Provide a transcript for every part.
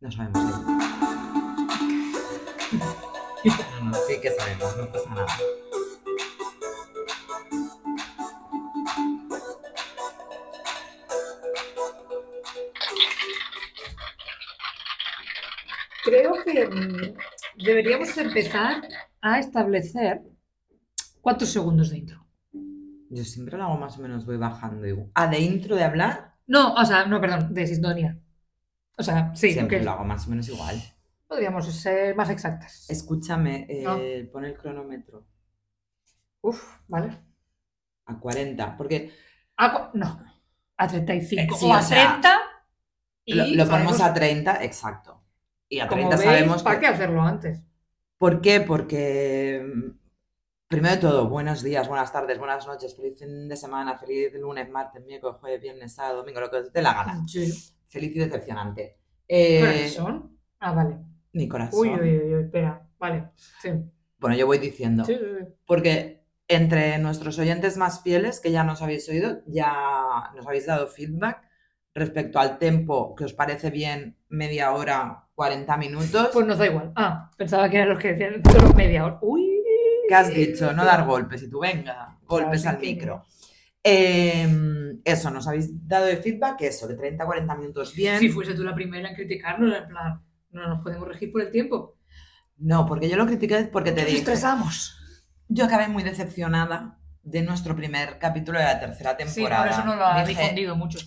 No sabemos qué. No, sí que sabemos, no pasa nada. Creo que mm, deberíamos empezar a establecer cuántos segundos de intro. Yo siempre lo hago más o menos, voy bajando. Igual. Ah, de intro de hablar, No, o sea, no, perdón, de sintonía. O sea, sí, siempre ok. lo hago más o menos igual. podríamos ser más exactas. Escúchame, No. eh, pon el cronómetro Uf, vale. a 40, porque A cu- no, a 35 Eh, sí, o a o sea, 30. lo, lo ponemos a 30, exacto. Y a 30 sabemos ¿Para que- qué hacerlo antes? ¿Por qué? Porque mm, primero de todo, buenos días, buenas tardes, buenas noches, feliz fin de semana, feliz lunes, martes, miércoles, jueves, viernes, sábado, domingo, lo que os dé la gana. Sí. Feliz y decepcionante. Ah, Eh, Corazón. Ah, vale. mi corazón. Uy, uy, uy, uy, espera. Vale. Sí. Bueno, yo voy diciendo, Sí, sí, sí. porque entre nuestros oyentes más fieles que ya nos habéis oído, ya nos habéis dado feedback respecto al tiempo que os parece bien, media hora, 40 minutos. Pues nos da igual. Ah, pensaba que eran los que decían solo media hora. Uy. ¿Qué has dicho? No dar golpes. Y tú, venga, golpes Claro, al sí que- micro. Em, eso, nos habéis dado de feedback, eso, de 30 a 40 minutos bien. Si fuese tú la primera en criticarnos, en plan, no nos podemos regir por el tiempo. No, porque yo lo critiqué porque te Nos dije. estresamos. Yo acabé muy decepcionada de nuestro primer capítulo de la tercera Sí, temporada. por eso no lo ha Dije, difundido mucho.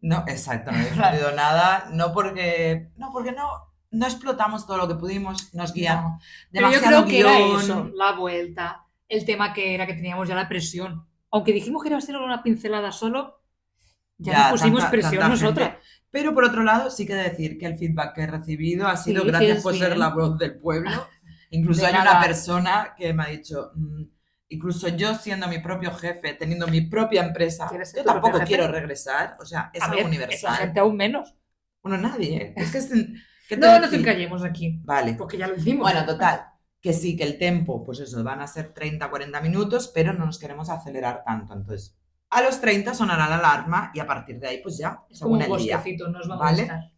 No, exacto, no he difundido nada. No porque. No, porque no. No explotamos todo lo que pudimos, nos guiamos. No. Pero yo creo que guión. era eso, la vuelta, el tema que era que teníamos ya la presión. Aunque dijimos que iba a ser una pincelada solo, ya, Ya, nos pusimos tanta- presión tanta gente. nosotras. Pero por otro lado, sí que he de decir que el feedback que he recibido ha sido Sí, gracias es por ser bien. la voz del pueblo. Incluso De hay nada. una persona que me ha dicho, "Mm, incluso yo siendo mi propio jefe, teniendo mi propia empresa, ¿Quieres ser yo tu propio tampoco jefe? quiero regresar. O sea, es A algo ver, esa universal. gente aún menos. Bueno, nadie. Es que es- ¿qué te No, no decir? te encallemos aquí, Vale. porque ya lo hicimos. Bueno, total. Que sí, que el tempo, pues eso, van a ser 30, 40 minutos, pero no nos queremos acelerar tanto. Entonces, a los 30 sonará la alarma y a partir de ahí, pues ya, es según como un el día. bosquecito, nos vamos ¿vale? a estar.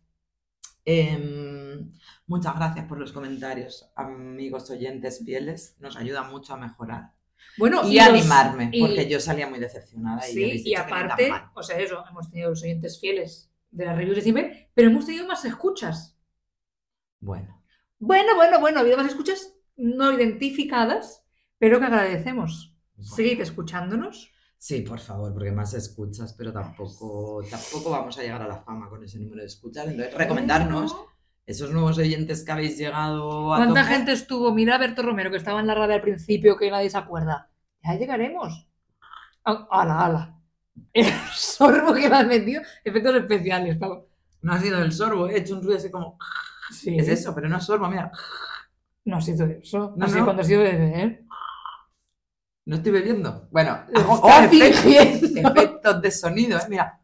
Em, muchas gracias por los comentarios, amigos oyentes fieles. Nos ayuda mucho a mejorar Bueno, y, los- a animarme, y- porque yo salía muy decepcionada. y, Sí, habéis y dicho que ni tan aparte, mal. o sea, eso, hemos tenido los oyentes fieles de las reviews de siempre, pero hemos tenido más escuchas. Bueno, Bueno, bueno, bueno, ha habido más escuchas no identificadas, pero que agradecemos. bueno. Seguid escuchándonos. Sí, por favor, porque más escuchas, pero tampoco, tampoco vamos a llegar a la fama con ese número de escuchas. Entonces, recomendarnos esos nuevos oyentes que habéis llegado a ¿Cuánta tope. gente estuvo? Mira a Berto Romero, que estaba en la radio al principio, que nadie se acuerda. Ya llegaremos. A- Ala, ala. El sorbo que me has metido, efectos especiales. Pablo. No ha sido el sorbo, he hecho un ruido así como. Sí. ¿Qué es eso? Pero no es sorbo, mira, No ha sido eso. No, No, sé no. cuándo ha sido de ¿eh? no estoy bebiendo. Bueno, Lo hago- está efectos- fingiendo. efectos de sonido, ¿eh? mira.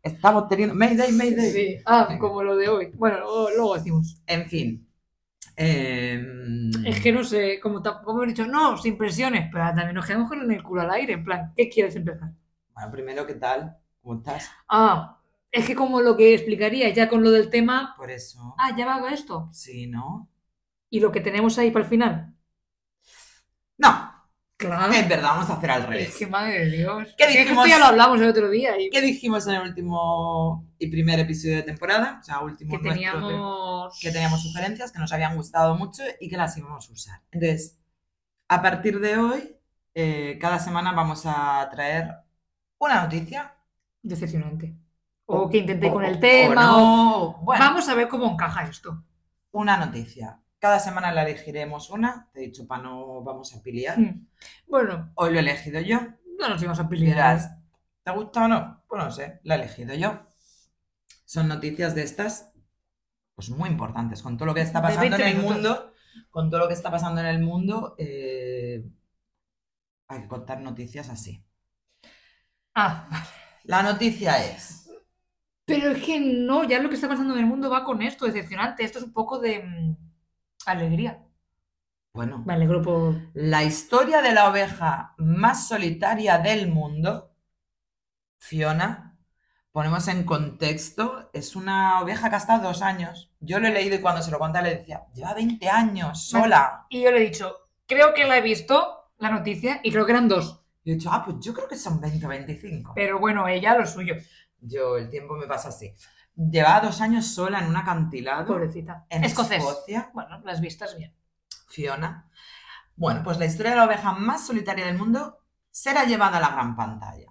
Estamos teniendo. Mayday, Mayday. Sí. Ah, Venga. como lo de hoy. Bueno, luego, luego decimos. En fin. Em, Es que no sé, como tampoco hemos dicho, no, sin presiones, pero también nos quedamos con el culo al aire. En plan, ¿qué quieres empezar? Bueno, primero, ¿qué tal? ¿Cómo estás? Ah, es que como lo que explicaría ya con lo del tema, Por eso. ah, ya va esto. Sí, ¿no? y lo que tenemos ahí para el final. No, Claro. es verdad, vamos a hacer al Es revés. que madre de Dios. ¿Qué Es que dijimos? esto ya lo hablamos el otro día. y ¿Qué dijimos en el último y primer episodio de temporada? O sea, último que nuestro de- teníamos. que teníamos sugerencias que nos habían gustado mucho y que las íbamos a usar. Entonces, a partir de hoy, eh, cada semana vamos a traer una noticia. Decepcionante. O que intenté O- con o el tema. o- Oh, no, bueno, Vamos a ver cómo encaja esto. una noticia. Cada semana la elegiremos una. Te he dicho, para no vamos a piliar. Mm. Bueno, Hoy lo he elegido yo. no nos íbamos a pelear. Dirás, ¿te gusta o no? Pues no sé, la he elegido yo. Son noticias de estas, pues muy importantes, con todo lo que está De pasando en 20 el minutos. mundo. Con todo lo que está pasando en el mundo, eh, hay que contar noticias así. Ah, La noticia es, pero es que no, ya lo que está pasando en el mundo va con esto, decepcionante. Esto es un poco de mm, alegría. bueno, Me alegro por. la historia de la oveja más solitaria del mundo, Fiona, ponemos en contexto, es una oveja que ha estado dos años. Yo lo he leído y cuando se lo conté le decía, lleva 20 años sola. Y yo le he dicho, creo que la he visto, la noticia, y creo que eran dos. Y he dicho, ah, pues yo creo que son 20 o 25. Pero bueno, ella lo suyo. Yo, el tiempo me pasa así. Llevaba dos años sola en un acantilado Pobrecita. en Escocés. Escocia, Bueno, las vistas bien. Fiona. Bueno, pues la historia de la oveja más solitaria del mundo será llevada a la gran pantalla.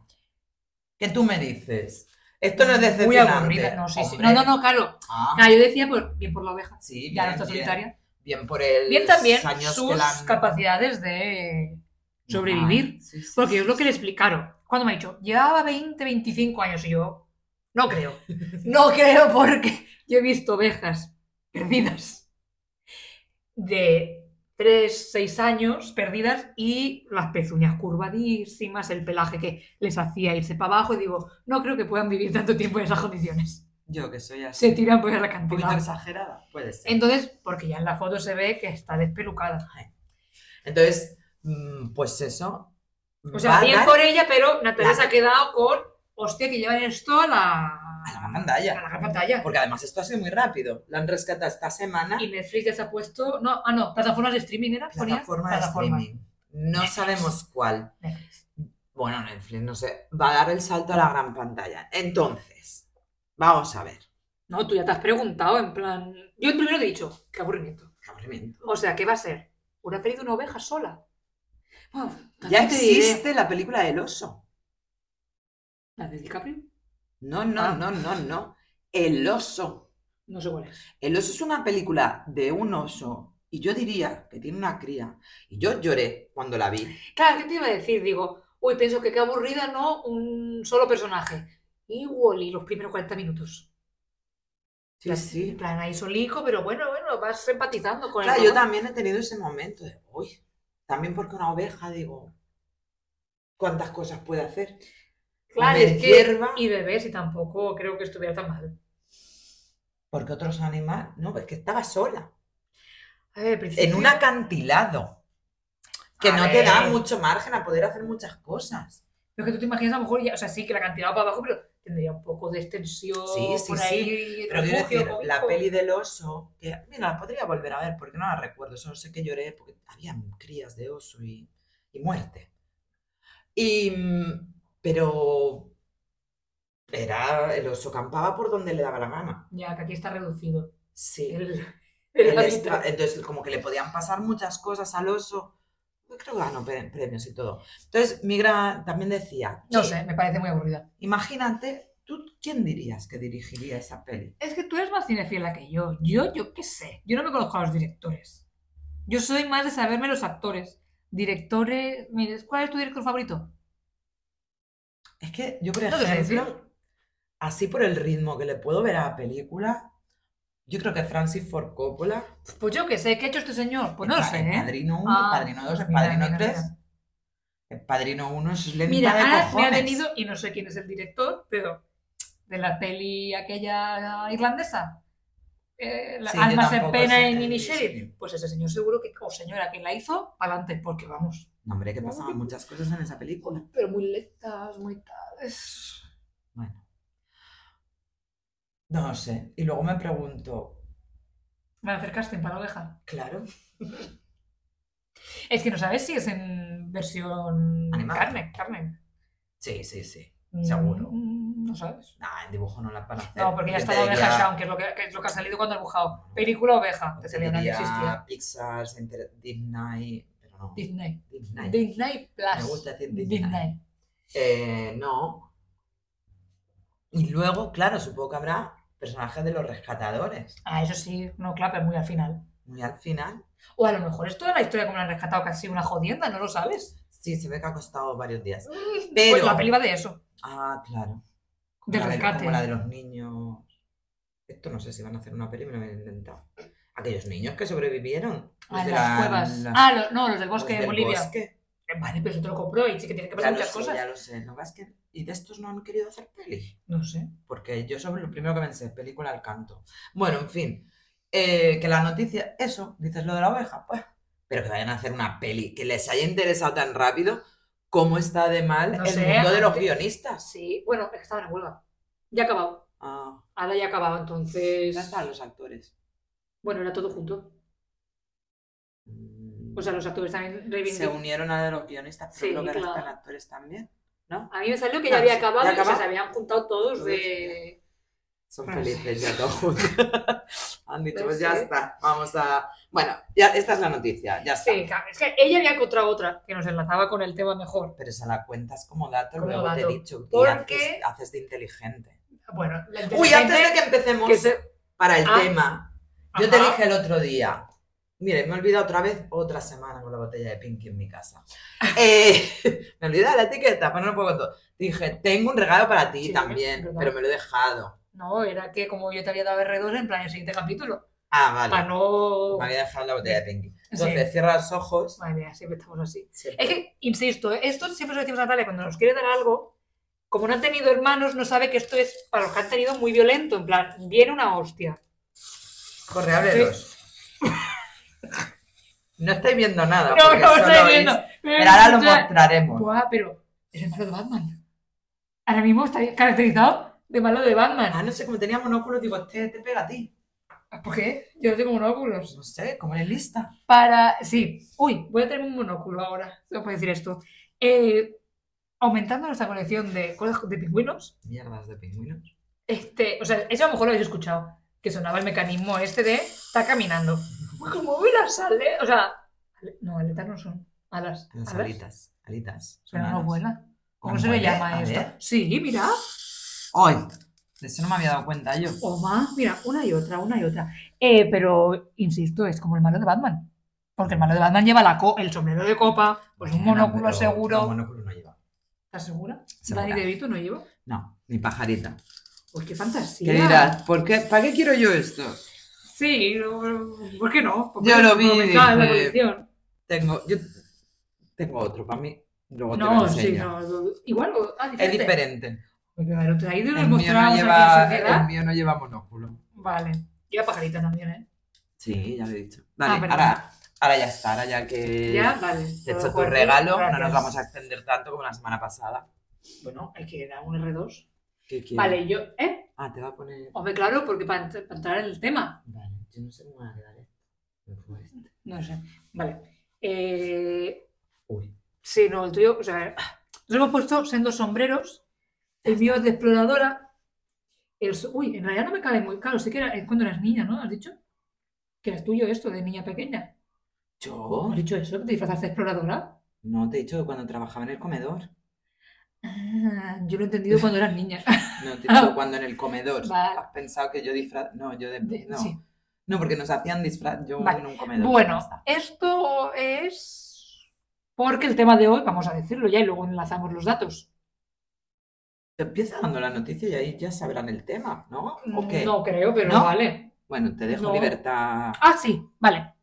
¿Qué tú me dices? Esto no es decepcionante. Muy aburrida. No, sí, sí. Hombre. No, no, no, claro. Ah, Ah, yo decía por, bien por la oveja. sí, Ya no bien, está bien. solitaria. Bien por el Bien también años que sus la han- capacidades de sobrevivir. Ah, sí, sí, Porque sí, es lo que le explicaron. Cuando me ha dicho, llevaba 20, 25 años y yo, no creo. No creo porque yo he visto ovejas perdidas de 3, 6 años perdidas y las pezuñas curvadísimas, el pelaje que les hacía irse para abajo y digo, no creo que puedan vivir tanto tiempo en esas condiciones. Yo que soy así. Se tiran por el un poquito acantilado. exagerada. Puede ser. Entonces, porque ya en la foto se ve que está despelucada. Entonces, mm, pues eso. O va sea, a bien dar por ella, pero Natalia Claro. se ha quedado con, hostia, que llevan esto a la, a la gran a la pantalla. gran pantalla. Porque además esto ha sido muy rápido. La han rescatado esta semana. Y Netflix ya se ha puesto. No, ah, no, plataformas de streaming era. Ponía plataforma de plataforma. streaming. No Netflix. sabemos cuál. Netflix. Bueno, Netflix, no sé. Va a dar el salto a la gran pantalla. Entonces, vamos a ver. No, tú ya te has preguntado, en plan. Yo primero te he dicho, qué aburrimiento. Qué aburrimiento. O sea, ¿qué va a ser? ¿Una peli de una oveja sola? Bueno, Ya también te diré. existe la película del oso. ¿La de DiCaprio? No, no, Ah. no, no, no. El oso. No sé cuál es. El oso es una película de un oso y yo diría que tiene una cría. Y yo lloré cuando la vi. Claro, ¿qué te iba a decir? Digo, uy, pienso que qué aburrida, ¿no? Un solo personaje. Y Wally, los primeros 40 minutos. Sí, sí. En plan, ahí solico, pero bueno, bueno, vas empatizando con Claro, el. yo robot. también he tenido ese momento de, uy, también porque una oveja, digo, ¿cuántas cosas puede hacer? Claro, Comer es que. hierba. Y bebés, y tampoco creo que estuviera tan mal. Porque otros animales, no, es que estaba sola. A ver, al principio- En un acantilado. Que A no te da ver. mucho margen a poder hacer muchas cosas. Pero es que tú te imaginas a lo mejor, ya, o sea, sí, que la cantidad va para abajo, pero tendría un poco de extensión Sí, sí, por sí. ahí. Pero quiero refugio, decir, la cobijo. peli del oso, que mira, la podría volver a ver porque no la recuerdo, solo sé que lloré porque habían Mm. crías de oso y, y muerte. Y, mm, pero era, el oso campaba por donde le daba la gana. Ya, que aquí está reducido. Sí. El, el Él hábitat. estaba- entonces, como que le podían pasar muchas cosas al oso. Yo Creo que ganó pre- premios y todo. Entonces, Migra también decía, No "Che, sé, me parece muy aburrida. imagínate, ¿tú quién dirías que dirigiría esa peli? Es que tú eres más cinefiela que yo. Yo, yo qué sé. Yo no me conozco a los directores. Yo soy más de saberme los actores. Directores. Mires, ¿cuál es tu director favorito? Es que yo, por No te sé ejemplo, así por el ritmo que le puedo ver a la película, yo creo que Francis Ford Coppola, Pues yo qué sé, ¿qué ha hecho este señor? Pues no el lo pa- sé, el ¿eh? Padrino 1, Ah, Padrino 2, el mira, Padrino mira, 3, mira. el Padrino 1 es lenta Mira, de ahora me ha cojones. venido, y no sé quién es el director, pero de la peli aquella irlandesa, eh, la Sí, yo Almas en tampoco Pena sé en quién es, Inisherin, sí. pues ese señor seguro que, o señora que la hizo, para adelante, porque vamos. No, hombre, que No, pasaban que- muchas cosas en esa película. Pero muy lentas, muy tales. Bueno. No sé. Y luego me pregunto, Me acercaste para la oveja. claro, Es que no sabes si es en versión Animada. carne, carne. sí, sí, sí. Seguro. Mm, no sabes. Nah, en dibujo no la van a hacer. No, porque ya Yo está te la oveja diría- Shaun, que es lo que, que es lo que ha salido cuando he buscado. Película oveja, que te salía no diría existía. Pixar, Center- Disney, pero no. Disney. Disney. Disney Plus. Me gusta decir Disney. Disney. Eh, no. Y luego, claro, supongo que habrá personajes de los rescatadores. Ah, eso sí, no, claro, pero muy al final. Muy al final. O a lo mejor es toda la historia como la han rescatado casi una jodienda, no lo sabes. Sí, se ve que ha costado varios días. Pero... Pero. la peli va de eso. Ah, claro. Como Del la de- rescate. Como la de los niños. Esto no sé si van a hacer una peli, me lo he inventado. Aquellos niños que sobrevivieron. Ah, los de en las la- cuevas. la- Ah, lo- no, los del pues los bosque de del Bolivia. bosque. Eh, Vale, pero eso te lo compro y sí que tiene que Ya pasar lo muchas sé, cosas. ya lo sé. Lo que pasa es que- Y de estos no han querido hacer peli. No sé. porque yo sobre lo primero que pensé, película al canto. Bueno, en fin, eh, que la noticia, eso, dices lo de la oveja, pues, pero que vayan a hacer una peli que les haya interesado tan rápido cómo está de mal No el sé, mundo de los antes- guionistas. Sí, bueno, es que estaba en huelga. Ya ha acabado. Ah, Ahora ya ha acabado, entonces. ya están los actores. Bueno, era todo junto. O sea, los actores también Mm, se reivindican. unieron a los guionistas, pero Sí, creo que ahora claro. están actores también, ¿no? A mí me salió que Ah, ya había sí, ya acabado y que acabado. se habían juntado todos Todos, de. Son Ah, sí. felices ya todos. Han dicho, Pues pues ya sí. está, vamos a... Bueno, ya, esta es la noticia, ya está. Sí, claro, es que ella había encontrado otra que nos enlazaba con el tema mejor. Pero se la cuentas como dato, Como luego te dato. he dicho, que Porque- haces, haces de inteligente. Bueno, la Uy, inteligente antes de que empecemos que se- para el Ah. tema, yo te Ajá. dije el otro día, mire, me he olvidado otra vez, otra semana con la botella de Pinky en mi casa. Eh, me he olvidado la etiqueta, pero no lo puedo contar. Dije, tengo un regalo para ti Sí, es también, verdad. pero me lo he dejado. No, era que como yo te había dado R2 en plan el siguiente capítulo. Ah, vale. Para no. Me había dejado la botella de Pinky. Sí. Entonces, cierra los ojos. Madre mía, siempre estamos así. Sí. Es que, insisto, ¿eh? esto siempre se lo decimos a Natalia, cuando nos quiere dar algo, como no han tenido hermanos, no sabe que esto es para los que han tenido muy violento, en plan, viene una hostia. Corre, ábrelos. No estáis viendo nada. No, porque no, solo estoy oís- viendo. Pero ahora lo Ya. mostraremos. Buah, pero es el malo de Batman. Ahora mismo está caracterizado de malo de Ah, Batman. no sé, como tenía monóculo, digo, este te pega a ti. ¿Por qué? Yo no tengo Pues monóculos. no sé, como eres lista. Para. Sí. Uy, voy a tener un monóculo ahora. No puedo decir esto. Eh, aumentando nuestra colección de, de pingüinos, Mierdas de pingüinos. Este, o sea, eso a lo mejor lo habéis escuchado, que sonaba el mecanismo este de está caminando. Pues como vi las ale- o sea, ale- no, aletas no son alas. Las alas, alitas. Alitas. son Pero no alas. vuela. ¿Cómo No se le vuela, llama a esto? ver. Sí, mira. ¡Ay! De eso no me había dado cuenta yo. Oma, mira, una y otra, una y otra. Eh, pero, insisto, es como el malo de Batman. Porque el malo de Batman lleva la co- el sombrero de copa, pues un Bueno, monóculo pero seguro. Un monóculo no lleva. ¿Estás segura? Segura. Dani DeVito no lleva. No, ni pajarita. Pues qué fantasía. ¿Qué dirás? ¿Por qué? ¿Para qué quiero yo esto? Sí, no, ¿por qué no? ¿Por qué Yo no? lo vi y Aumentar la dije, colección. Tengo. Yo tengo otro para mí. Luego te lo No, sí, enseño. no. lo- Igual, o- ah, Es diferente. diferente. Porque, a ver, otra- ahí nos El mío, no mostramos lleva, aquí en el sociedad. mío no lleva monóculo. Vale. Lleva pajarita también, ¿eh? Sí, ya lo he dicho. Vale, Ah, perdón. ahora, ahora ya está, ahora ya que ya, vale. te he Todo hecho tu correcto, regalo, no gracias. nos vamos a extender tanto como la semana pasada. Bueno, es que era un R2. ¿Qué quieres? Vale, yo... ¿Eh? Ah, te va a poner. Hombre, claro, porque para, ent- para entrar en el tema... Vale, yo no sé cómo va a quedar esto. Pero pues, No sé. Vale. Eh, Uy. sí, no, el tuyo... O sea, nos hemos puesto sendos sombreros. El mío es de exploradora. El, su- uy, en realidad no me cabe muy... Claro, sé que era es cuando eras niña, ¿no? ¿Has dicho? Que eras tuyo esto, de niña pequeña. ¿Yo? ¿Has dicho eso? ¿Que te disfrazaste de exploradora? No te he dicho que cuando trabajaba en el comedor. Ah, yo lo he entendido cuando eras niña. No te he dicho cuando en el comedor. Ah. Vale. Has pensado que yo disfraz. No, yo de. De- No. sí. no, porque nos hacían disfraz. Yo Vale. en un comedor. Bueno, ya está. esto es porque el tema de hoy, vamos a decirlo ya y luego enlazamos los datos. Empieza dando la noticia y ahí ya sabrán el tema, ¿no? ¿O qué? Mm, No creo, pero ¿No? vale. Bueno, te dejo No. libertad. Ah, sí, vale.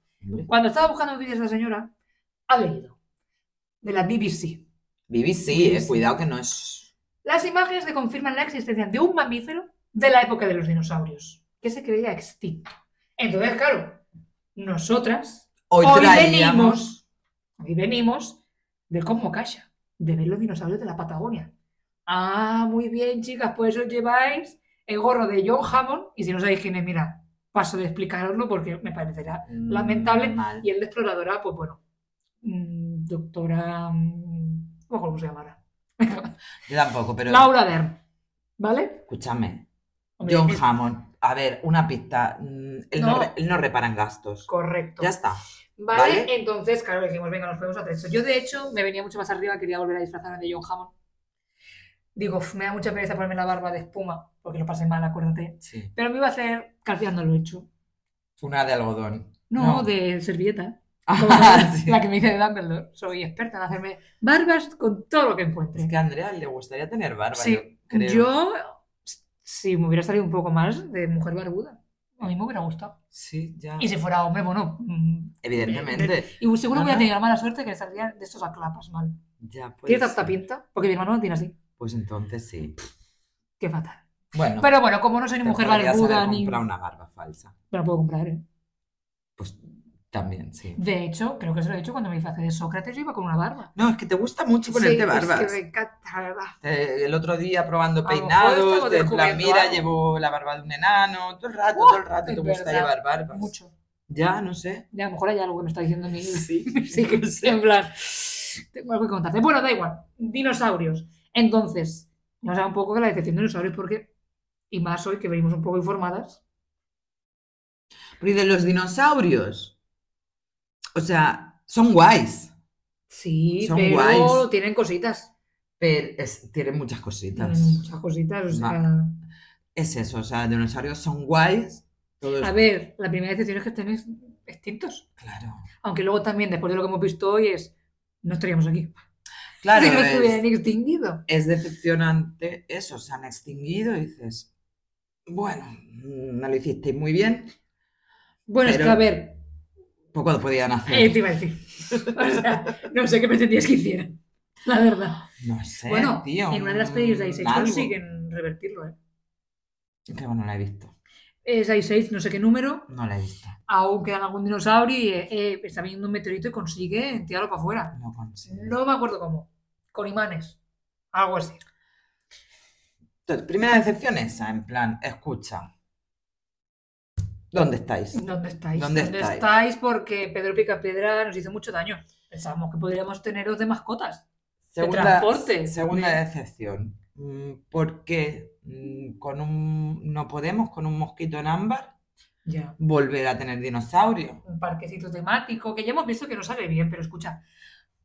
Cuando estaba buscando vídeos de esta señora, ha venido de la BBC. Vivi sí, eh. BBC. Cuidado que no es. Las imágenes que confirman la existencia de un mamífero de la época de los dinosaurios, que se creía extinto. Entonces, claro, nosotras Hoy, Hoy traíamos. venimos, hoy venimos de Como Caixa, de ver los dinosaurios de la Patagonia. Ah, muy bien, chicas, pues os lleváis el gorro de John Hammond. Y si no sabéis quién es, mira, paso de explicaroslo porque me parecerá. Lamentable. Mm, mal. Y el de exploradora, pues bueno, mm, doctora. mm, No me acuerdo cómo se llamará. Yo tampoco, pero. Laura Dern, ¿vale? Escúchame. Hombre, John es Hammond. A ver, una pista. mm, Él no, No. re- él no repara en gastos. correcto. Ya está. ¿Vale? ¿Vale? entonces, claro, dijimos, venga, nos podemos hacer esto. Yo, de hecho, me venía mucho más arriba, quería volver a disfrazarme de John Hammond. Digo, "Uf, me da mucha pereza ponerme la barba de espuma, porque lo pasé mal, acuérdate. Sí. Pero me iba a hacer, que al final no lo he hecho. Una de algodón. No, No. de servilleta. Ah, sí. La que me hice de Dumbledore. Soy experta en hacerme barbas con todo lo que encuentre. Es que a Andrea le gustaría tener barba, Sí, yo creo. Yo, si me hubiera salido un poco más de mujer barbuda, a mí me hubiera gustado. Sí, ya. Y si fuera hombre, bueno. mm, Evidentemente. Y seguro No, hubiera no. tenido la mala suerte que le saldrían de estos aclapas mal. Ya, pues. Tiene tanta pinta, porque mi hermano no tiene así. Pues entonces sí. Qué fatal. Bueno, Pero bueno, como no soy ni te mujer podrías haber barbuda ni. comprado Me una barba falsa. la puedo comprar, ¿eh? Pues También, sí. De hecho, creo que se lo he dicho cuando me hice de Sócrates, yo iba con una barba. No, es que te gusta mucho ponerte barbas. Es que me encanta la barba. Eh, el otro día probando A lo mejor peinados, estamos de plan, descubriendo mira, algo. llevo la barba de un enano, todo el rato, Uh, todo el rato es te gusta verdad. llevar barbas. Mucho. Ya, no sé. Y a lo mejor hay algo que me está diciendo mi... Sí, Sí, que sí, en plan, tengo algo que contarte. Bueno, da igual. Dinosaurios. Entonces, nos da un poco que la decepción de dinosaurios porque, y más hoy que venimos un poco informadas, Pero ¿y de los dinosaurios? O sea, son guays, sí, Son pero guays. tienen cositas. pero es- tienen muchas cositas. Tienen muchas cositas, o sea... Es eso, o sea, dinosaurios son guays. Todos... A ver, la primera decepción es que estén ex- extintos. Claro. Aunque luego también, después de lo que hemos visto hoy, es... No estaríamos aquí. Claro, si no es- estuvieran extinguidos. es decepcionante eso, se han extinguido y dices, bueno, mm, no lo hicisteis muy bien, Bueno, es Pero- que a ver... poco lo podían hacer. eh, te iba a decir. O sea, no sé qué pretendías que hicieran. La verdad. no sé, Bueno, tío. en una de las un- pelis de Ice Age algo. consiguen revertirlo, ¿eh? Que bueno, no la he visto, Es Ice Age, no sé qué número, no la he visto, aún quedan algún dinosaurio y eh, eh, está viniendo un meteorito y consigue tirarlo para afuera. no consigo. No me acuerdo cómo. Con imanes. Algo así. Entonces, primera decepción esa, en plan, escucha, ¿dónde estáis? ¿Dónde estáis? ¿Dónde estáis? estáis? Porque Pedro Picapiedra nos hizo mucho daño. Pensábamos que podríamos teneros de mascotas. transporte. eh, segunda De- decepción, Mm, ¿por qué mm, con un, no podemos con un mosquito en ámbar Ya. volver a tener dinosaurios? Un parquecito temático, que ya hemos visto que no sale bien, pero escucha.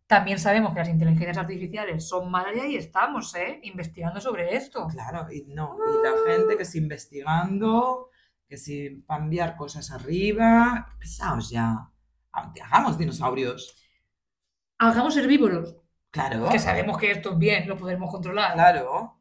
También sabemos que las inteligencias artificiales son malas y ahí estamos, ¿eh? Investigando sobre esto. Claro, y no, y la gente que si investigando, que si para enviar cosas arriba, pesados ya. Ha- Hagamos dinosaurios. Hagamos herbívoros. Claro. que sabemos que esto es bien, lo podemos controlar. Claro.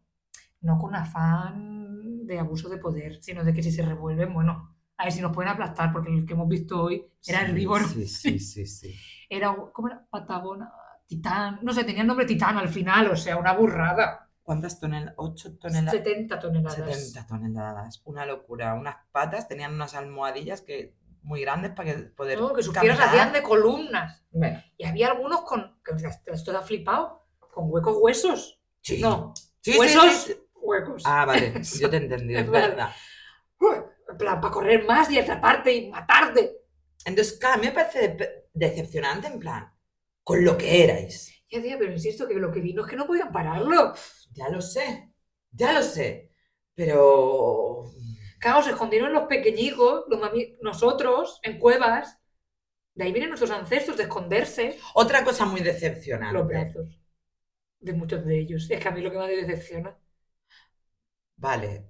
No con afán de abuso de poder, sino de que si se revuelven, bueno, a ver si nos pueden aplastar, porque el que hemos visto hoy era Sí, herbívoro. Sí, sí, sí, sí. Era, un- ¿cómo era? Patagona, Titán, no sé, tenía el nombre Titán al final, o sea, una burrada. ¿Cuántas toneladas? 8 toneladas. 70 toneladas. 70 toneladas. Una locura. Unas patas tenían unas almohadillas que muy grandes para que poder. No, que sus piernas caminar. hacían de columnas. Bueno, Y había algunos con, que esto da flipado, con huecos huesos. sí. No, Sí, sí, huesos, sí, sí. huecos. Ah, vale. Yo te he entendido, es Es verdad. verdad. En plan, para correr más y atraparte y matarte. Entonces, claro, a mí me parece de- decepcionante en plan, con lo que erais. Ya, tía, pero insisto que lo que vino es que no podían pararlo. Ya lo sé, ya lo sé. Pero. Claro, se escondieron los pequeñicos, los mami- nosotros, en cuevas. De ahí vienen nuestros ancestros de esconderse Otra cosa muy los decepcionante. brazos de muchos de ellos. Es que a mí lo que más me decepciona. Vale,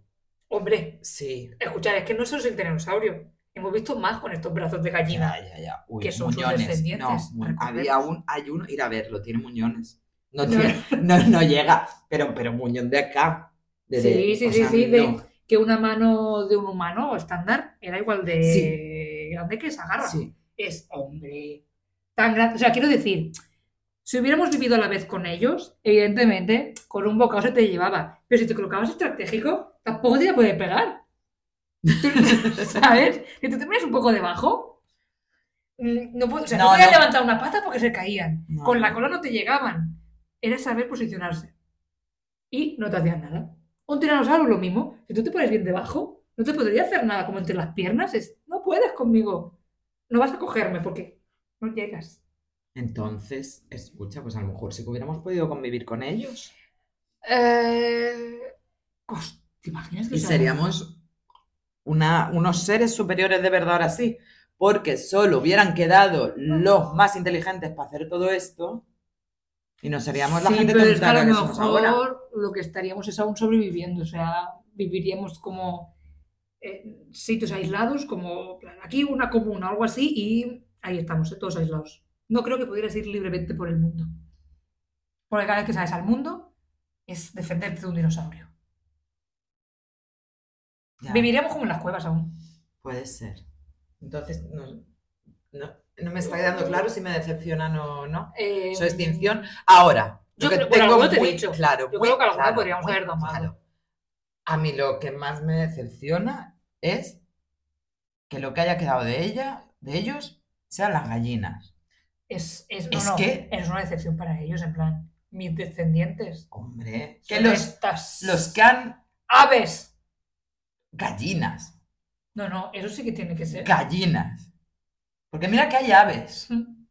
Hombre, sí. escuchad, es que no son sin dinosaurio. Hemos visto más con estos brazos de gallina. Ya, ya, ya. Uy, Que son sus muñones. descendientes, No, mu- recordemos. había un, hay uno, ir a verlo, tiene muñones. No, No. tiene- no, no llega, pero, pero muñón de acá. de- Sí, de- sí, o sí, sea, sí, de- no. Que una mano de un humano estándar era igual de grande que esa garra. Sí, es, hombre, tan grande. O sea, quiero decir, si hubiéramos vivido a la vez con ellos, evidentemente, con un bocado se te llevaba. Pero si te colocabas estratégico, tampoco te iba a poder pegar. ¿Sabes? Si tú te miras un poco debajo, mm, no, po- o sea, no No, podías no. levantar una pata porque se caían. No. Con la cola no te llegaban. Era saber posicionarse. Y no te hacían nada. Un tiranosaurio lo mismo. Si tú te pones bien debajo, no te podría hacer nada como entre las piernas. Es, no puedes conmigo. No vas a cogerme porque no llegas. Entonces, escucha, pues a lo mejor sí que hubiéramos podido convivir con ellos. Eh... Cos- ¿Te imaginas que Y sea- seríamos una- unos seres superiores de verdad ahora sí, porque solo hubieran quedado los más inteligentes para hacer todo esto y no seríamos la Sí, gente pero es que a tonta lo que somos ahora. mejor lo que estaríamos es aún sobreviviendo. O sea, viviríamos como en sitios aislados, como en plan, aquí una comuna, algo así, y ahí estamos, eh, todos aislados. No creo que pudieras ir libremente por el mundo. Porque cada vez que sales al mundo es defenderte de un dinosaurio. Ya, Viviríamos como en las cuevas aún. Puede ser. Entonces, no, no- no me está quedando claro si me decepcionan o no. Eh, Su extinción. Ahora, Yo lo que creo- bueno, tengo alguno te he muy dicho. claro. Yo muy creo que alguno claro, podríamos muy haber domado. claro. A mí lo que más me decepciona es que lo que haya quedado de ella, de ellos, sean las gallinas. Es, es, no, Es no, que- es una decepción para ellos, en plan, mis descendientes. Hombre, que son los, estas los que han... aves. Gallinas. No, no, eso sí que tiene que ser. Gallinas. Porque mira que hay aves. Mm.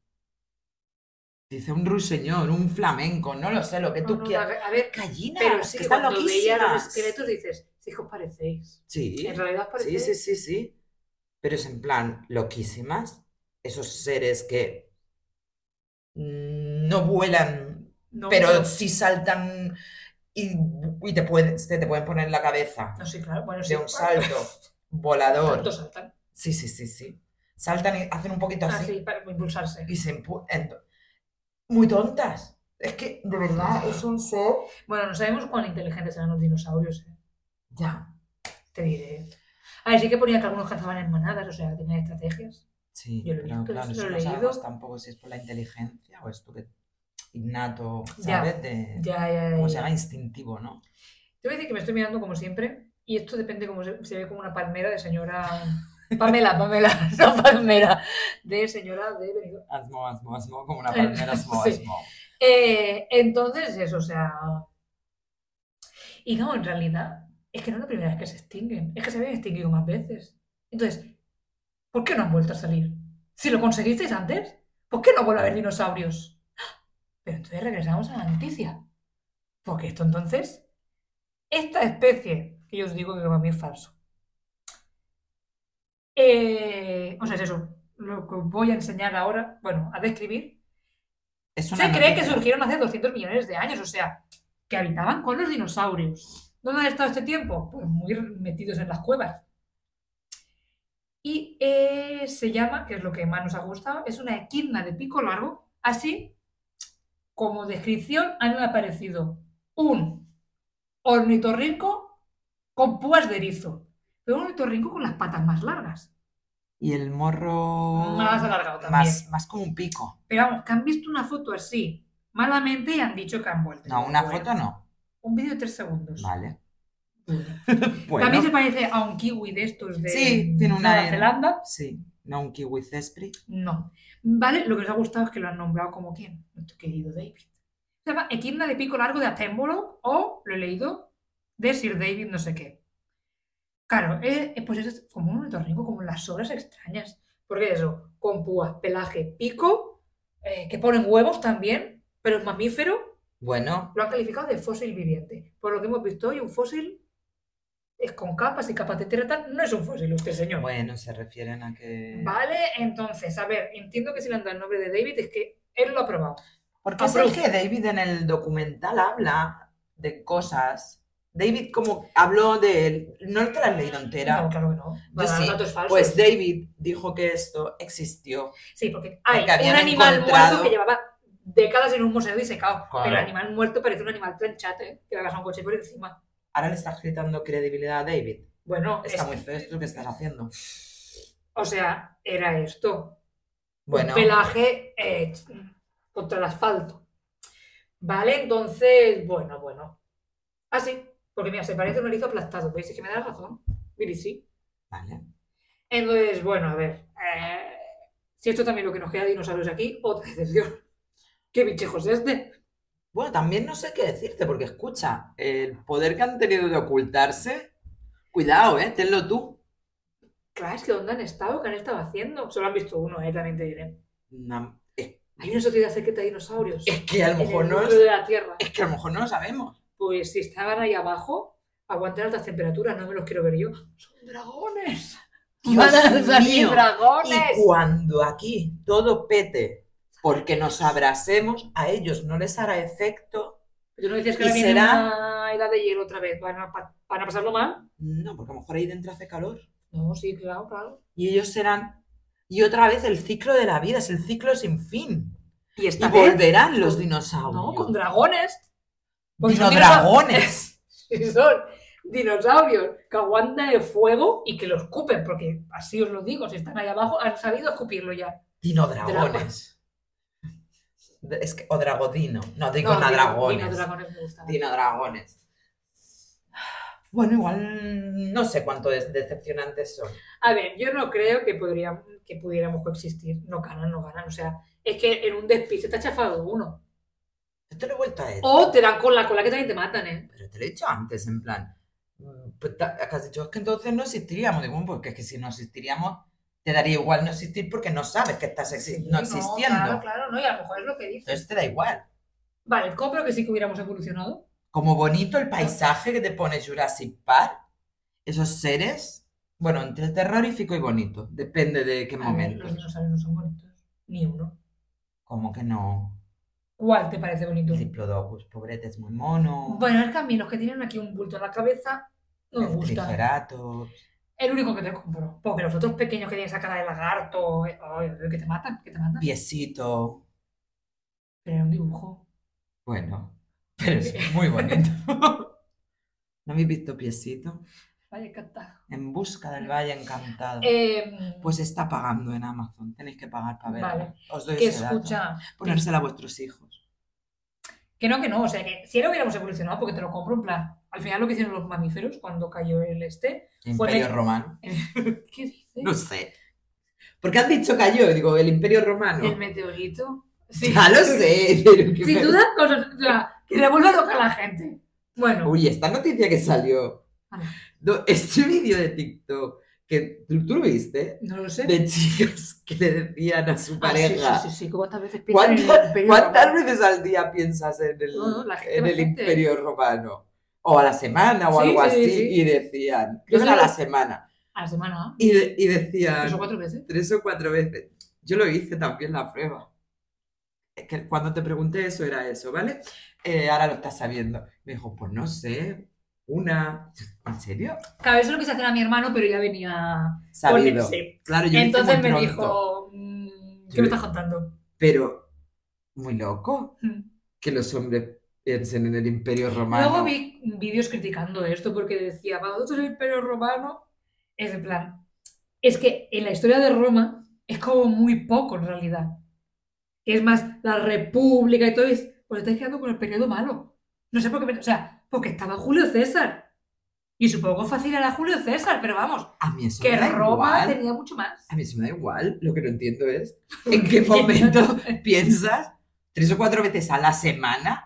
Dice un ruiseñor, un flamenco, no lo sé, lo que No, tú no, quieras. a ver, Gallinas, pero sí que que, están cuando veía los loquísimas. esqueletos dices, hijos parecéis. Sí, En realidad sí, parecéis. sí, sí, sí. Pero es en plan, loquísimas. Esos seres que mm, no vuelan, No, pero sí saltan y, y te, pueden, te, te pueden poner en la cabeza No, sí, claro. Bueno, sí. de un salto volador. Tanto saltan. Sí, sí, sí, sí. Saltan y hacen un poquito así. Así, para impulsarse. Ah, y se empu- ento- Muy tontas. Es que, de verdad, es un ser. Bueno, no sabemos cuán inteligentes eran los dinosaurios, ¿eh? Ya. te diré. A ver, sí que ponía que algunos cazaban en manadas, o sea, que tenían estrategias. Sí, Yo lo he pero visto, claro, eso eso lo no he sabemos leído. tampoco si es por la inteligencia o esto que innato, Ya, ¿sabes? De, Ya, ya, ya. ¿Cómo se ya. llama? Instintivo, ¿no? Te voy a decir que me estoy mirando como siempre, y esto depende como se, se ve como una palmera de señora. Pamela, Pamela, no palmera, de señora de Benidorm. Asmo, asmo, asmo, como una palmera, asmo, Sí. asmo. Eh, entonces, eso, o sea. Y no, en realidad, es que no es la primera vez que se extinguen. Es que se habían extinguido más veces. Entonces, ¿por qué no han vuelto a salir? Si lo conseguisteis antes, ¿por qué no vuelve a haber dinosaurios? ¡Ah! Pero entonces regresamos a la noticia. Porque esto entonces, esta especie, que yo os digo que para mí es falso. Eh, o sea, es eso. Lo que os voy a enseñar ahora, bueno, a describir, Es una se cree que noticia. surgieron hace 200 millones de años, o sea, que habitaban con los dinosaurios. ¿Dónde han estado este tiempo? Pues muy metidos en las cuevas. Y eh, se llama, que es lo que más nos ha gustado, es una equidna de pico largo. Así como descripción han aparecido un ornitorrinco con púas de erizo, pero un ornitorrinco con las patas más largas. Y el morro. Más alargado también. Oh. Más, más como un pico. Pero vamos, que han visto una foto así, malamente, y han dicho que han vuelto. No, una Bueno. foto no. Un vídeo de tres segundos. Vale. Bueno. Bueno. También se parece a un kiwi de estos de Sí, tiene una Nueva N. Zelanda. Sí. No un kiwi césped. No. Vale, lo que nos ha gustado es que lo han nombrado como quién. Nuestro querido David. Se llama Equidna de pico largo de Attenborough o, lo he leído, de Sir David no sé qué. Claro, eh, eh, pues eso es como un ornitorrinco, como las horas extrañas. Porque eso, con púas, pelaje, pico, eh, que ponen huevos también, pero es mamífero Bueno, lo han calificado de fósil viviente. Por lo que hemos visto hoy, un fósil es con capas y capas de terata, no es un fósil, usted señor. bueno, se refieren a que. Vale, entonces, a ver, entiendo que si le han dado el nombre de David es que él lo ha probado. Porque es el Aprove- que David en el documental habla de cosas. David como habló de él, no te la has leído entera. No, claro que no. Va Yo a dar sí. datos falsos. Pues David dijo que esto existió. Sí, porque hay Porque habían un animal encontrado- muerto que llevaba décadas en un museo disecado. Claro. Pero el animal muerto parece un animal planchate que le ha pasado un coche por encima. Ahora le estás quitando credibilidad a David. Bueno, Está es- muy feo esto que estás haciendo. o sea, era esto. Bueno, pelaje eh, contra el asfalto. Vale, entonces, bueno, bueno. Así, porque mira, se parece a un erizo aplastado, ¿veis? Es que me da la razón, BBC. vale. Entonces, bueno, a ver. eh, si esto también lo que nos queda de dinosaurios aquí, otra excepción. ¿Qué bichejo es este? Bueno, también no sé qué decirte, porque escucha, el poder que han tenido de ocultarse, cuidado, ¿eh? Tenlo tú. Claro, es que ¿dónde han estado? ¿Qué han estado haciendo? Solo han visto uno, eh, también te diré. Na- Es Hay una sociedad secreta de dinosaurios. es que a lo En mejor el no núcleo es- de la Tierra. es que a lo mejor no lo sabemos. Pues si estaban ahí abajo, aguantan altas temperaturas, no me los quiero ver yo. ¡Son dragones! Dios mío. Y dragones! cuando aquí todo pete porque nos abracemos, a ellos no les hará efecto. Tú no dices que ¿Y ahora viene será? una edad de hielo otra vez. ¿Van a, pa- van a pasarlo mal? No, porque a lo mejor ahí dentro hace calor. No, sí, claro, claro. Y ellos serán. Y otra vez el ciclo de la vida, es el ciclo sin fin. ¿Y Y esta vez? volverán los dinosaurios. No, con dragones. Pues son dragones. Sí, son dinosaurios que aguantan el fuego y que lo escupen, porque así os lo digo, si están ahí abajo, han sabido escupirlo ya. Dinodragones. Es que, o dragodino. No, digo No, na dino- dragones. dinodragones me gusta. Dinodragones. Bueno, igual no sé cuánto es decepcionantes son. A ver, yo no creo que, podría, que pudiéramos coexistir. No ganan, no ganan. O sea, es que en un despiste te ha chafado uno. Esto lo he vuelto a decir. O te dan con la cola que también te matan, ¿eh? Pero te lo he dicho antes, en plan. mm, Pues ta- que has dicho, es que entonces no existiríamos. Digo, bueno, porque es que si no existiríamos, te daría igual no existir porque no sabes que estás exi- no existiendo. claro, claro, no. Y a lo mejor es lo que dice. Entonces te da igual. Vale, compro que sí que hubiéramos evolucionado. Como bonito el paisaje que te pone Jurassic Park, esos seres, bueno, entre terrorífico y bonito, depende de qué A ver, momento. Los dinosaurios no son bonitos. Ni uno. Como que no. ¿Cuál te parece bonito? El Diplodocus, pobrete, es muy mono. Bueno, es que a mí los que tienen aquí un bulto en la cabeza no me el gustan. Triceratops. El único que te compro. Porque los otros pequeños que tienen esa cara de lagarto, eh, ay, ay, que te matan, que te matan. piecito. Pero era un dibujo. Bueno, pero es muy bonito. ¿No habéis visto piecito? Vaya encantado. En busca del Valle Encantado. Eh, Pues está pagando en Amazon. Tenéis que pagar para verlo. Vale. Os doy que ese dato. escucha. Ponérsela a vuestros hijos. Que no, que no. O sea, que si era hubiéramos evolucionado, porque te lo compro en plan. Al final lo que hicieron los mamíferos cuando cayó el este. Bueno, Imperio y- Romano. ¿Qué dices? No sé. Porque han dicho cayó, digo, el Imperio El Romano. meteorito. Sí. Ya lo sé. pero que- Sin duda, cosas. O sea, que le vuelva a tocar a la gente. Bueno. Uy, esta noticia que salió. Ah. No, Este vídeo de TikTok que tú, tú lo viste, No lo sé. de chicas que le decían a su Ah, sí, pareja. Sí, sí, sí, ¿Cuántas veces piensan en el ¿Cuántas, imperio cuántas romano? veces al día piensas en el, No, no, la gente en el bastante. Imperio Romano? O a la semana o Sí, algo sí, así. sí. Y decían, Yo creo que era solo- a la semana. A la semana. Y, de- y Tres o decían cuatro veces. tres o cuatro veces. Yo lo hice también la prueba. Es que cuando te pregunté eso era eso, ¿vale? Eh, ahora lo estás sabiendo. Me dijo, pues no sé, una. ¿En serio? Claro, eso es lo que se hacía a mi hermano, pero ya venía. Sabido. Pues, sí. Claro, yo lo hice Entonces muy me pronto, dijo, mm, ¿qué Yo- me estás contando? Pero muy loco Mm. que los hombres piensen en el Imperio Romano. Luego vi vídeos criticando esto porque decía, para nosotros el imperio romano es en plan. Es que en la historia de Roma es como muy poco en realidad. Es más, la república y todo es. Pues estáis quedando con el periodo malo. No sé por qué. me- O sea, porque estaba Julio César. Y supongo fácil era Julio César, pero vamos, A mí eso que me da Roma igual. tenía mucho más. A mí eso me da igual. Lo que no entiendo es en qué momento piensas tres o cuatro veces a la semana.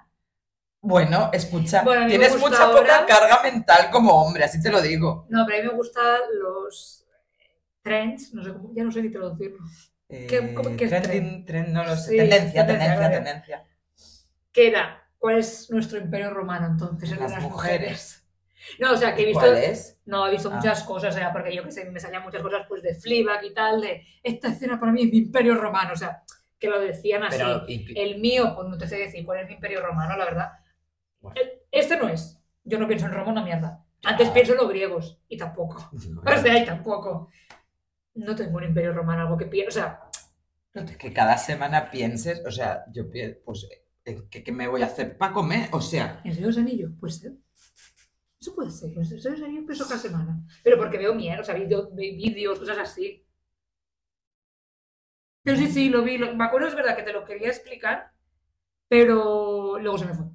Bueno, escucha, Bueno, a mí me tienes gusta mucha ahora- poca carga mental como hombre, así te lo digo. No, pero a mí me gustan los trends, no sé cómo, ya no sé ni traducirlo. Eh, ¿Qué- cómo- qué es trending, trend, no lo sé. Sí, tendencia, tendencia, tendencia, claro. tendencia. ¿Qué era? ¿Cuál es nuestro imperio romano entonces? El de Las mujeres. No, o sea, que he visto. ¿Cuál es? No, he visto Ah. muchas cosas, o sea, porque yo que sé, me salían muchas cosas pues de Fleabag y tal, de esta escena para mí es mi imperio romano, o sea, que lo decían así. Pero, y- El mío, pues no te sé decir cuál es mi imperio romano, la verdad. Bueno. El- Este no es. Yo no pienso en Roma, una mierda. Antes pienso en los griegos, y tampoco. O sea, y tampoco. No tengo un imperio romano, algo que pienso, o sea, que cada semana pienses, o sea, yo pienso, pues, ¿en ¿qué, qué me voy a hacer para comer? O sea, ¿En serio los anillos? Puede Pues ser. Eso puede ser. En serio los anillos pienso cada semana. Pero porque veo mierda, o sea, vídeo- vi- vídeos, cosas así. Pero sí, sí, lo vi. lo- me acuerdo, es verdad que te lo quería explicar, pero luego se me fue.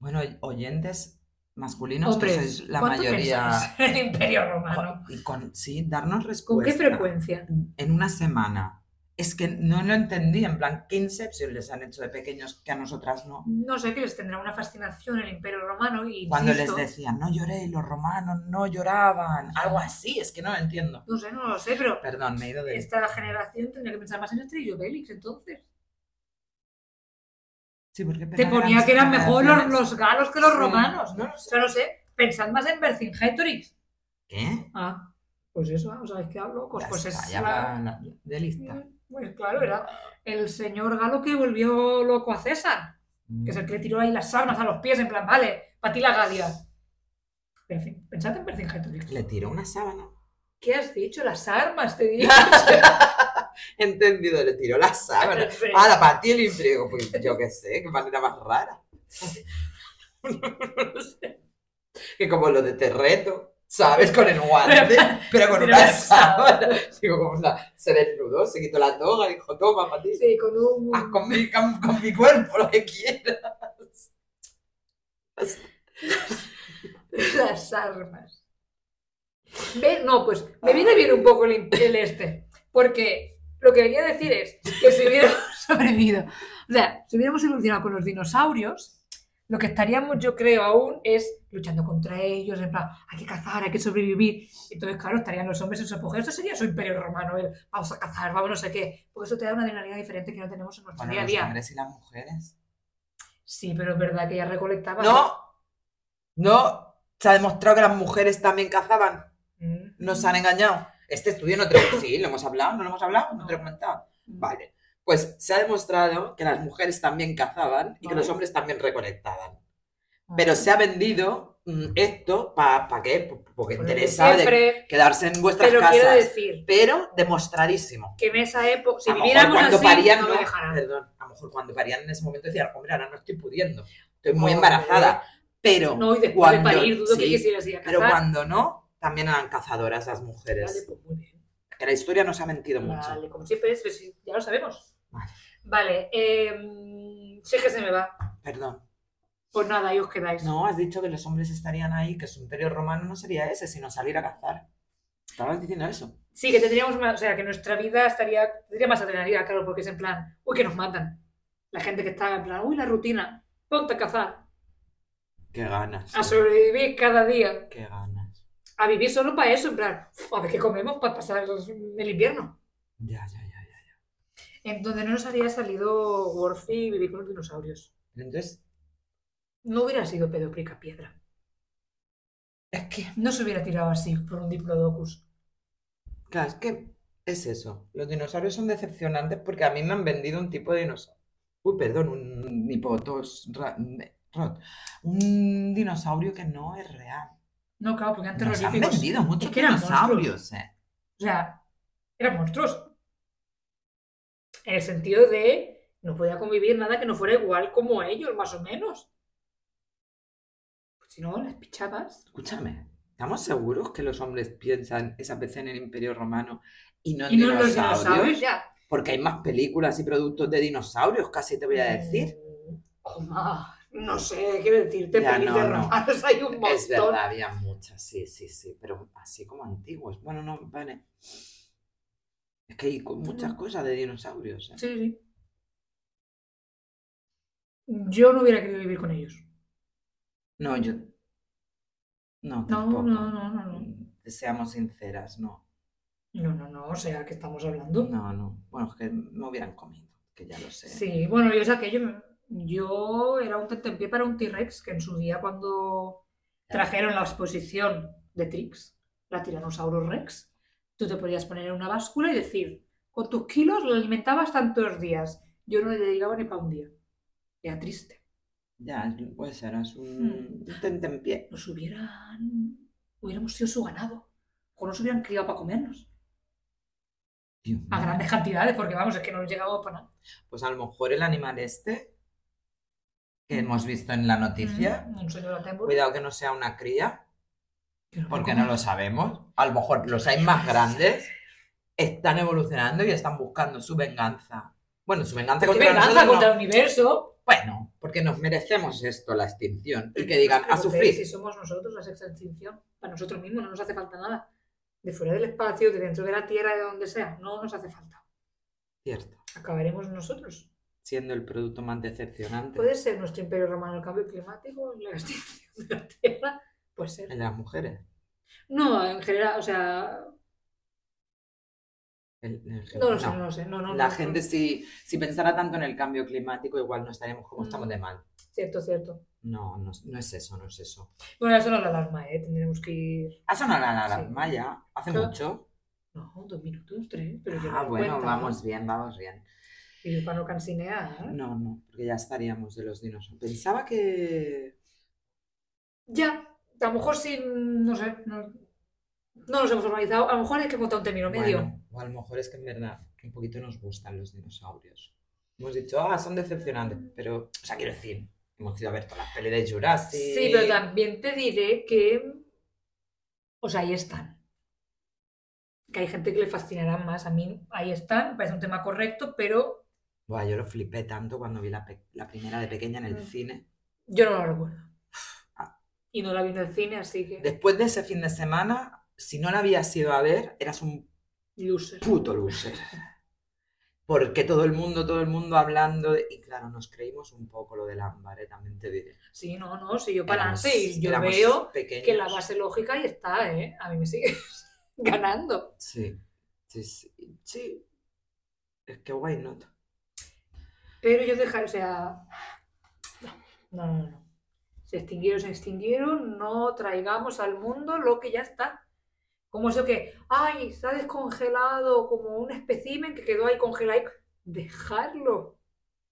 bueno, oyentes masculinos, que Hombres, sois la ¿cuánto mayoría. pensáis en el Imperio Romano? Con- y con, sí, darnos respuesta. ¿Con qué frecuencia? En una semana. Es que no lo entendí, en plan, ¿qué inception les han hecho de pequeños que a nosotras no? No sé, que les tendrá una fascinación el Imperio Romano y Cuando insisto, les decían, no lloréis, los romanos no lloraban, algo así, es que no lo entiendo. No sé, no lo sé, pero Perdón, me he ido de... esta generación tendría que pensar más en Estrello Bélix entonces. Sí, porque Te pensaba ponía que eran mejor los, generaciones. los galos que los Sí, romanos. No lo sé. Yo no sé, pensad más en Vercingetorix. ¿Qué? Ah, pues eso, ¿no sabéis qué hablo? Pues, Ya pues está, es. ya la- va la- de lista. Mm, Pues claro, era el señor galo que volvió loco a César, que es el que le tiró ahí las sábanas a los pies, en plan, vale, para ti la galia. Pero, en fin, pensad en Vercingetorix. Le tiró una sábana. ¿Qué has dicho? Las armas, te digo. Entendido, le tiró la sábana. Ah, la para ti el imperio. Pues yo qué sé, qué manera más rara. No sé. que como lo de Terreto, ¿sabes? Con el guante, pero con Pero una la sábana. Digo, como la- se desnudó, se quitó la toga, dijo, toma, para ti. Sí, con un. Haz Ah, con mi, con, con mi cuerpo lo que quieras. Las armas. Ve- No, pues me viene bien un poco el, in- el este. Porque lo que quería decir es que si hubiéramos sobrevivido, o sea, si hubiéramos evolucionado con los dinosaurios, lo que estaríamos, yo creo, aún es luchando contra ellos, en plan, hay que cazar, hay que sobrevivir. Entonces, claro, estarían los hombres en su apogeo. Eso sería su imperio romano, el vamos a cazar, vamos no sé qué. Porque eso te da una adrenalina diferente que no tenemos en nuestro Bueno, día a los día. hombres y las mujeres. Sí, pero es verdad que ya recolectaba. No, no, se ha demostrado que las mujeres también cazaban. Mm. Nos han engañado. Este estudio no te lo... Sí, lo hemos hablado, no lo hemos hablado, no te lo he comentado. Mm. Vale, pues se ha demostrado que las mujeres también cazaban y que Vale. los hombres también recolectaban. Pero Ah, se ha vendido mm, esto para qué, Po- porque Por lo que interesa de pues, siempre, quedarse en vuestras pero quiero casas. decir Pero demostradísimo. que en esa época, si a lo mejor viviéramos cuando así, parían, no me no- dejarán. perdón, a lo mejor cuando parían en ese momento decían, hombre, ahora no estoy pudiendo, estoy muy Hombre. embarazada. Pero No, y después cuando, de parir, dudo que sí, quisieras ir a pero cazar. cuando no, también eran cazadoras las Vale, mujeres. pues muy bien. Que la historia nos ha mentido mucho. Vale, como siempre es, pues sí, ya lo sabemos. Vale. Vale, eh, sé que se me va. Perdón. Pues nada, ahí os quedáis. No, has dicho que los hombres estarían ahí, que su imperio romano no sería ese, sino salir a cazar. Estabas diciendo eso. Sí, que tendríamos más, o sea, que nuestra vida estaría, tendría más adrenalina, claro, porque es en plan, uy, que nos matan. La gente que está en plan, uy, la rutina, ponte a cazar, Qué ganas. ¿eh? a sobrevivir cada día, Qué ganas. a vivir solo para eso, en plan, a ver qué comemos para pasar el invierno. Ya, ya, ya, ya. Entonces no nos habría salido Worfi vivir con los dinosaurios. Entonces, No hubiera sido pedoprica piedra. es que, No se hubiera tirado así por un diplodocus. claro, es que es eso. Los dinosaurios son decepcionantes porque a mí me han vendido un tipo de dinosaurio. Uy, perdón, un hipotos... ra- me- rot. Un dinosaurio que no es real. No, claro, porque eran Nos han terroríficos. vendido muchos que eran dinosaurios, eh. O sea, eran monstruos. En el sentido de no podía convivir nada que no fuera igual como ellos, más o menos. Pues si no, las pichabas. Escúchame, ¿estamos seguros que los hombres piensan esa vez en el Imperio Romano y no en Y no los dinosaurios? dinosaurios ya. Porque hay más películas y productos de dinosaurios, casi te voy a decir. Mm, Omar, no sé qué decirte, Ya, pelis no, de no. romanos hay un montón. Es verdad, había muchas, sí, sí, sí, pero así como antiguos. Bueno, no, vale. Es que hay co- muchas Mm. cosas de dinosaurios. ¿eh? Sí, sí. Yo no hubiera querido vivir con ellos. No, yo. No, No, tampoco. no, no, no, no. Mm, Seamos sinceras, no. No, no, no, o sea, que estamos hablando. No, no. Bueno, es que me hubieran comido, que ya lo sé. Sí, bueno, yo saqué, yo, yo era un tentempié para un T-Rex que en su día cuando trajeron la exposición de Trix, la Tyrannosaurus Rex, tú te podías poner en una báscula y decir, con tus kilos lo alimentabas tantos días. Yo no le dedicaba ni para un día. Era triste. Ya, es- puede ser, es Hmm. un un tentempié. Nos hubieran, hubiéramos sido su ganado. O nos hubieran criado para comernos. Dios A mío. grandes cantidades, porque vamos, es que no nos llegaba para nada. Pues a lo mejor el animal este que hemos visto en la noticia, Mm, Un señor Attenborough. cuidado que no sea una cría, que no me porque como. no lo sabemos. A lo mejor los hay más grandes están evolucionando y están buscando su venganza. Bueno, su venganza ¿Qué contra Pues venganza nosotros no. contra el universo? Bueno, porque nos merecemos esto, la extinción, y Pero que no digan os a preocupéis, sufrir. Si somos nosotros la sexta extinción, para nosotros mismos no nos hace falta nada. De fuera del espacio, de dentro de la Tierra, de donde sea, no nos hace falta. Cierto, Acabaremos nosotros. siendo el producto más decepcionante ¿Puede ser nuestro imperio romano el cambio climático, la extinción de la Tierra? Puede ser. en las mujeres. No, en general, o sea, El- el- no lo sé, no. no lo sé. No, no, La no, gente, no. si, si pensara tanto en el cambio climático, igual no estaríamos como Mm. estamos de mal. Cierto, cierto. No, no, no es eso, no es eso. Bueno, eso no es la alarma, ¿eh? Tendremos que ir... Ha sonado la alarma Sí. ya, hace Claro. mucho. No, dos minutos, tres, pero yo no ah, lo bueno, cuento, ¿no? vamos bien, vamos bien. Y yo para no cansinear, ¿eh? No, no, porque ya estaríamos de los dinosaurios. Pensaba que... Ya, a lo mejor sí, no sé, no, no nos hemos organizado. A lo mejor hay que contar un término medio. Bueno, o a lo mejor es que en verdad un poquito nos gustan los dinosaurios. Hemos dicho, ah, son decepcionantes, pero... O sea, quiero decir, hemos ido a ver todas las pelis de Jurassic. sí. pero también te diré que, o sea, ahí están. Que hay gente que le fascinará más. A mí, ahí están, me parece un tema correcto, pero Buah, yo lo flipé tanto cuando vi la, pe- la primera de pequeña en el Mm. cine. yo no lo recuerdo. Ah. Y no la vi en el cine, así que. Después de ese fin de semana, si no la habías ido a ver, eras un Loser. puto loser. Porque todo el mundo, todo el mundo hablando. de- Y claro, nos creímos un poco lo del ámbar, eh, también te diré. Sí, no, no, si yo para Éramos- adelante y yo éramos veo pequeños. que la base lógica ahí está, ¿eh? A mí me sigues ganando. Sí, sí, sí. sí. Es que why not. Pero yo dejar, o sea. No, no, no. no. Se extinguieron, se extinguieron, no traigamos al mundo lo que ya está. Como eso que, ay, está descongelado como un espécimen que quedó ahí congelado. Dejarlo.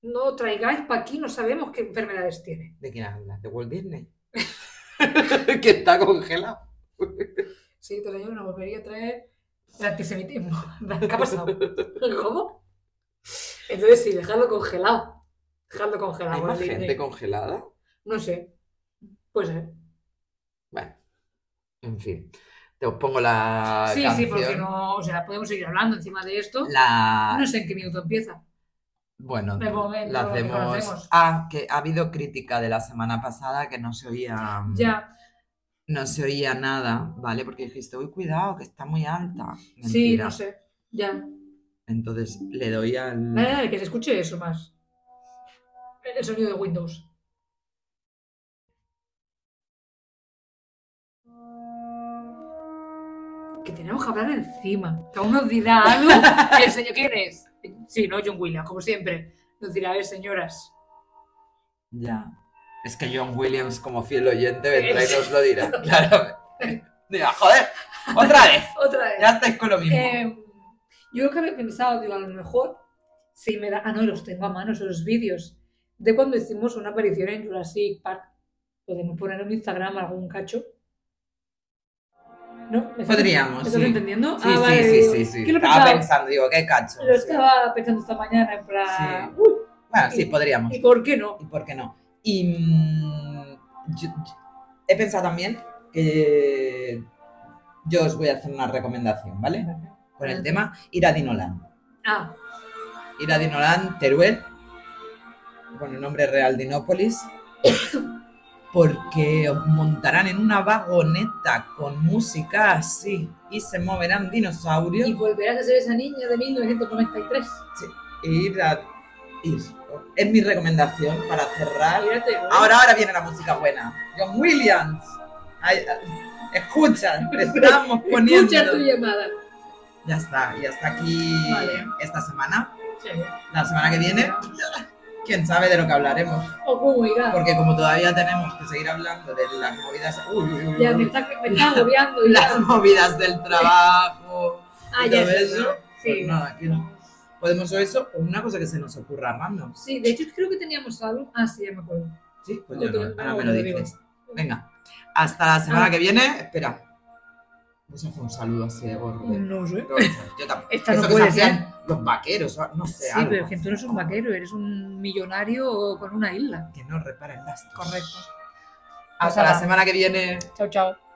No traigáis para aquí, no sabemos qué enfermedades tiene. ¿De quién hablas? ¿De Walt Disney? que está congelado. Sí, te lo digo, no volvería a traer el antisemitismo. ¿Qué ha pasado? ¿Cómo? Entonces sí, dejadlo congelado. Dejadlo congelado. ¿Hay más Walt gente Disney. congelada? No sé. Pues eh. Bueno, en fin. Te os pongo la Sí, sí, canción. porque no. O sea, podemos seguir hablando encima de esto. La... No sé en qué minuto empieza. Bueno, De momento, la lo que hacemos... conocemos. Ah, que ha habido crítica de la semana pasada que no se oía... mm, Ya. No se oía nada, ¿vale? Porque dijiste, uy, cuidado, que está muy alta. Sí, Mentira. no sé. Ya. Entonces le doy al... Dale, dale, que se escuche eso más. El el sonido de Windows. Que tenemos que hablar encima. Que aún nos dirá algo el señor. ¿Quién es? Sí, no, John Williams, como siempre. Nos dirá, a ver, señoras. Ya. Es que John Williams, como fiel oyente, vendrá y Sí. nos lo dirá. Claro. Diga, joder, otra vez. Otra vez. Ya estáis con lo mismo. Eh, yo creo que había pensado, digo, a lo mejor, si me da. Ah, no, los tengo a mano, esos vídeos. De cuando hicimos una aparición en Jurassic Park. Podemos poner en Instagram algún cacho. ¿No? ¿Me estás- Podríamos, ¿Me estás sí. entendiendo? Sí, Ah, sí, vale, sí, digo, sí, sí. ¿qué lo he Estaba pensado? pensando, digo, qué cacho. Lo Sí. estaba pensando esta mañana, en plan. Sí. uy, Bueno, sí, podríamos. ¿Y por qué no? ¿Y por qué no? Y mm, yo- yo- he pensado también que yo os voy a hacer una recomendación, ¿vale? Con el tema ir a Dinoland. Ah, Ir a Dinoland, Teruel, con el nombre real Dinópolis, porque os montarán en una vagoneta con música así y se moverán dinosaurios. y volverás a ser esa niña de 1993. E ir a... ir. Es mi recomendación para cerrar. Mírate, ¿eh? Ahora, ahora viene la música buena. John Williams. Ay, ay, escucha, te estamos poniendo. Escucha tu llamada. Ya está, ya está aquí Vale. esta semana. Sí. La semana que viene, quién sabe de lo que hablaremos. Oh, comunidad. Porque como todavía tenemos que seguir hablando de las movidas. uy, uy, uy, Ya uy, me está, me está agobiando. ya. Las movidas del trabajo. Ah, y ya todo sé, eso. ¿verdad? Pues Sí. nada, aquí no. Podemos hacer eso o una cosa que se nos ocurra random. Sí, de hecho creo que teníamos algo. Ah, sí, ya me acuerdo. Sí, pues yo Ok, no. ah, Ahora me bueno, lo digo. dices. Venga. Hasta la semana Ah. que viene. Espera. Vamos a hacer un saludo así de gordo. No sé. Yo tampoco. Esta Eso Mm. no que puede se hacían los vaqueros, o no sé, Sí, algo. pero es que tú no eres un vaquero, eres un millonario con una isla. Que no reparen las Correcto. Hasta Hasta la la- semana que viene. Chao, chao.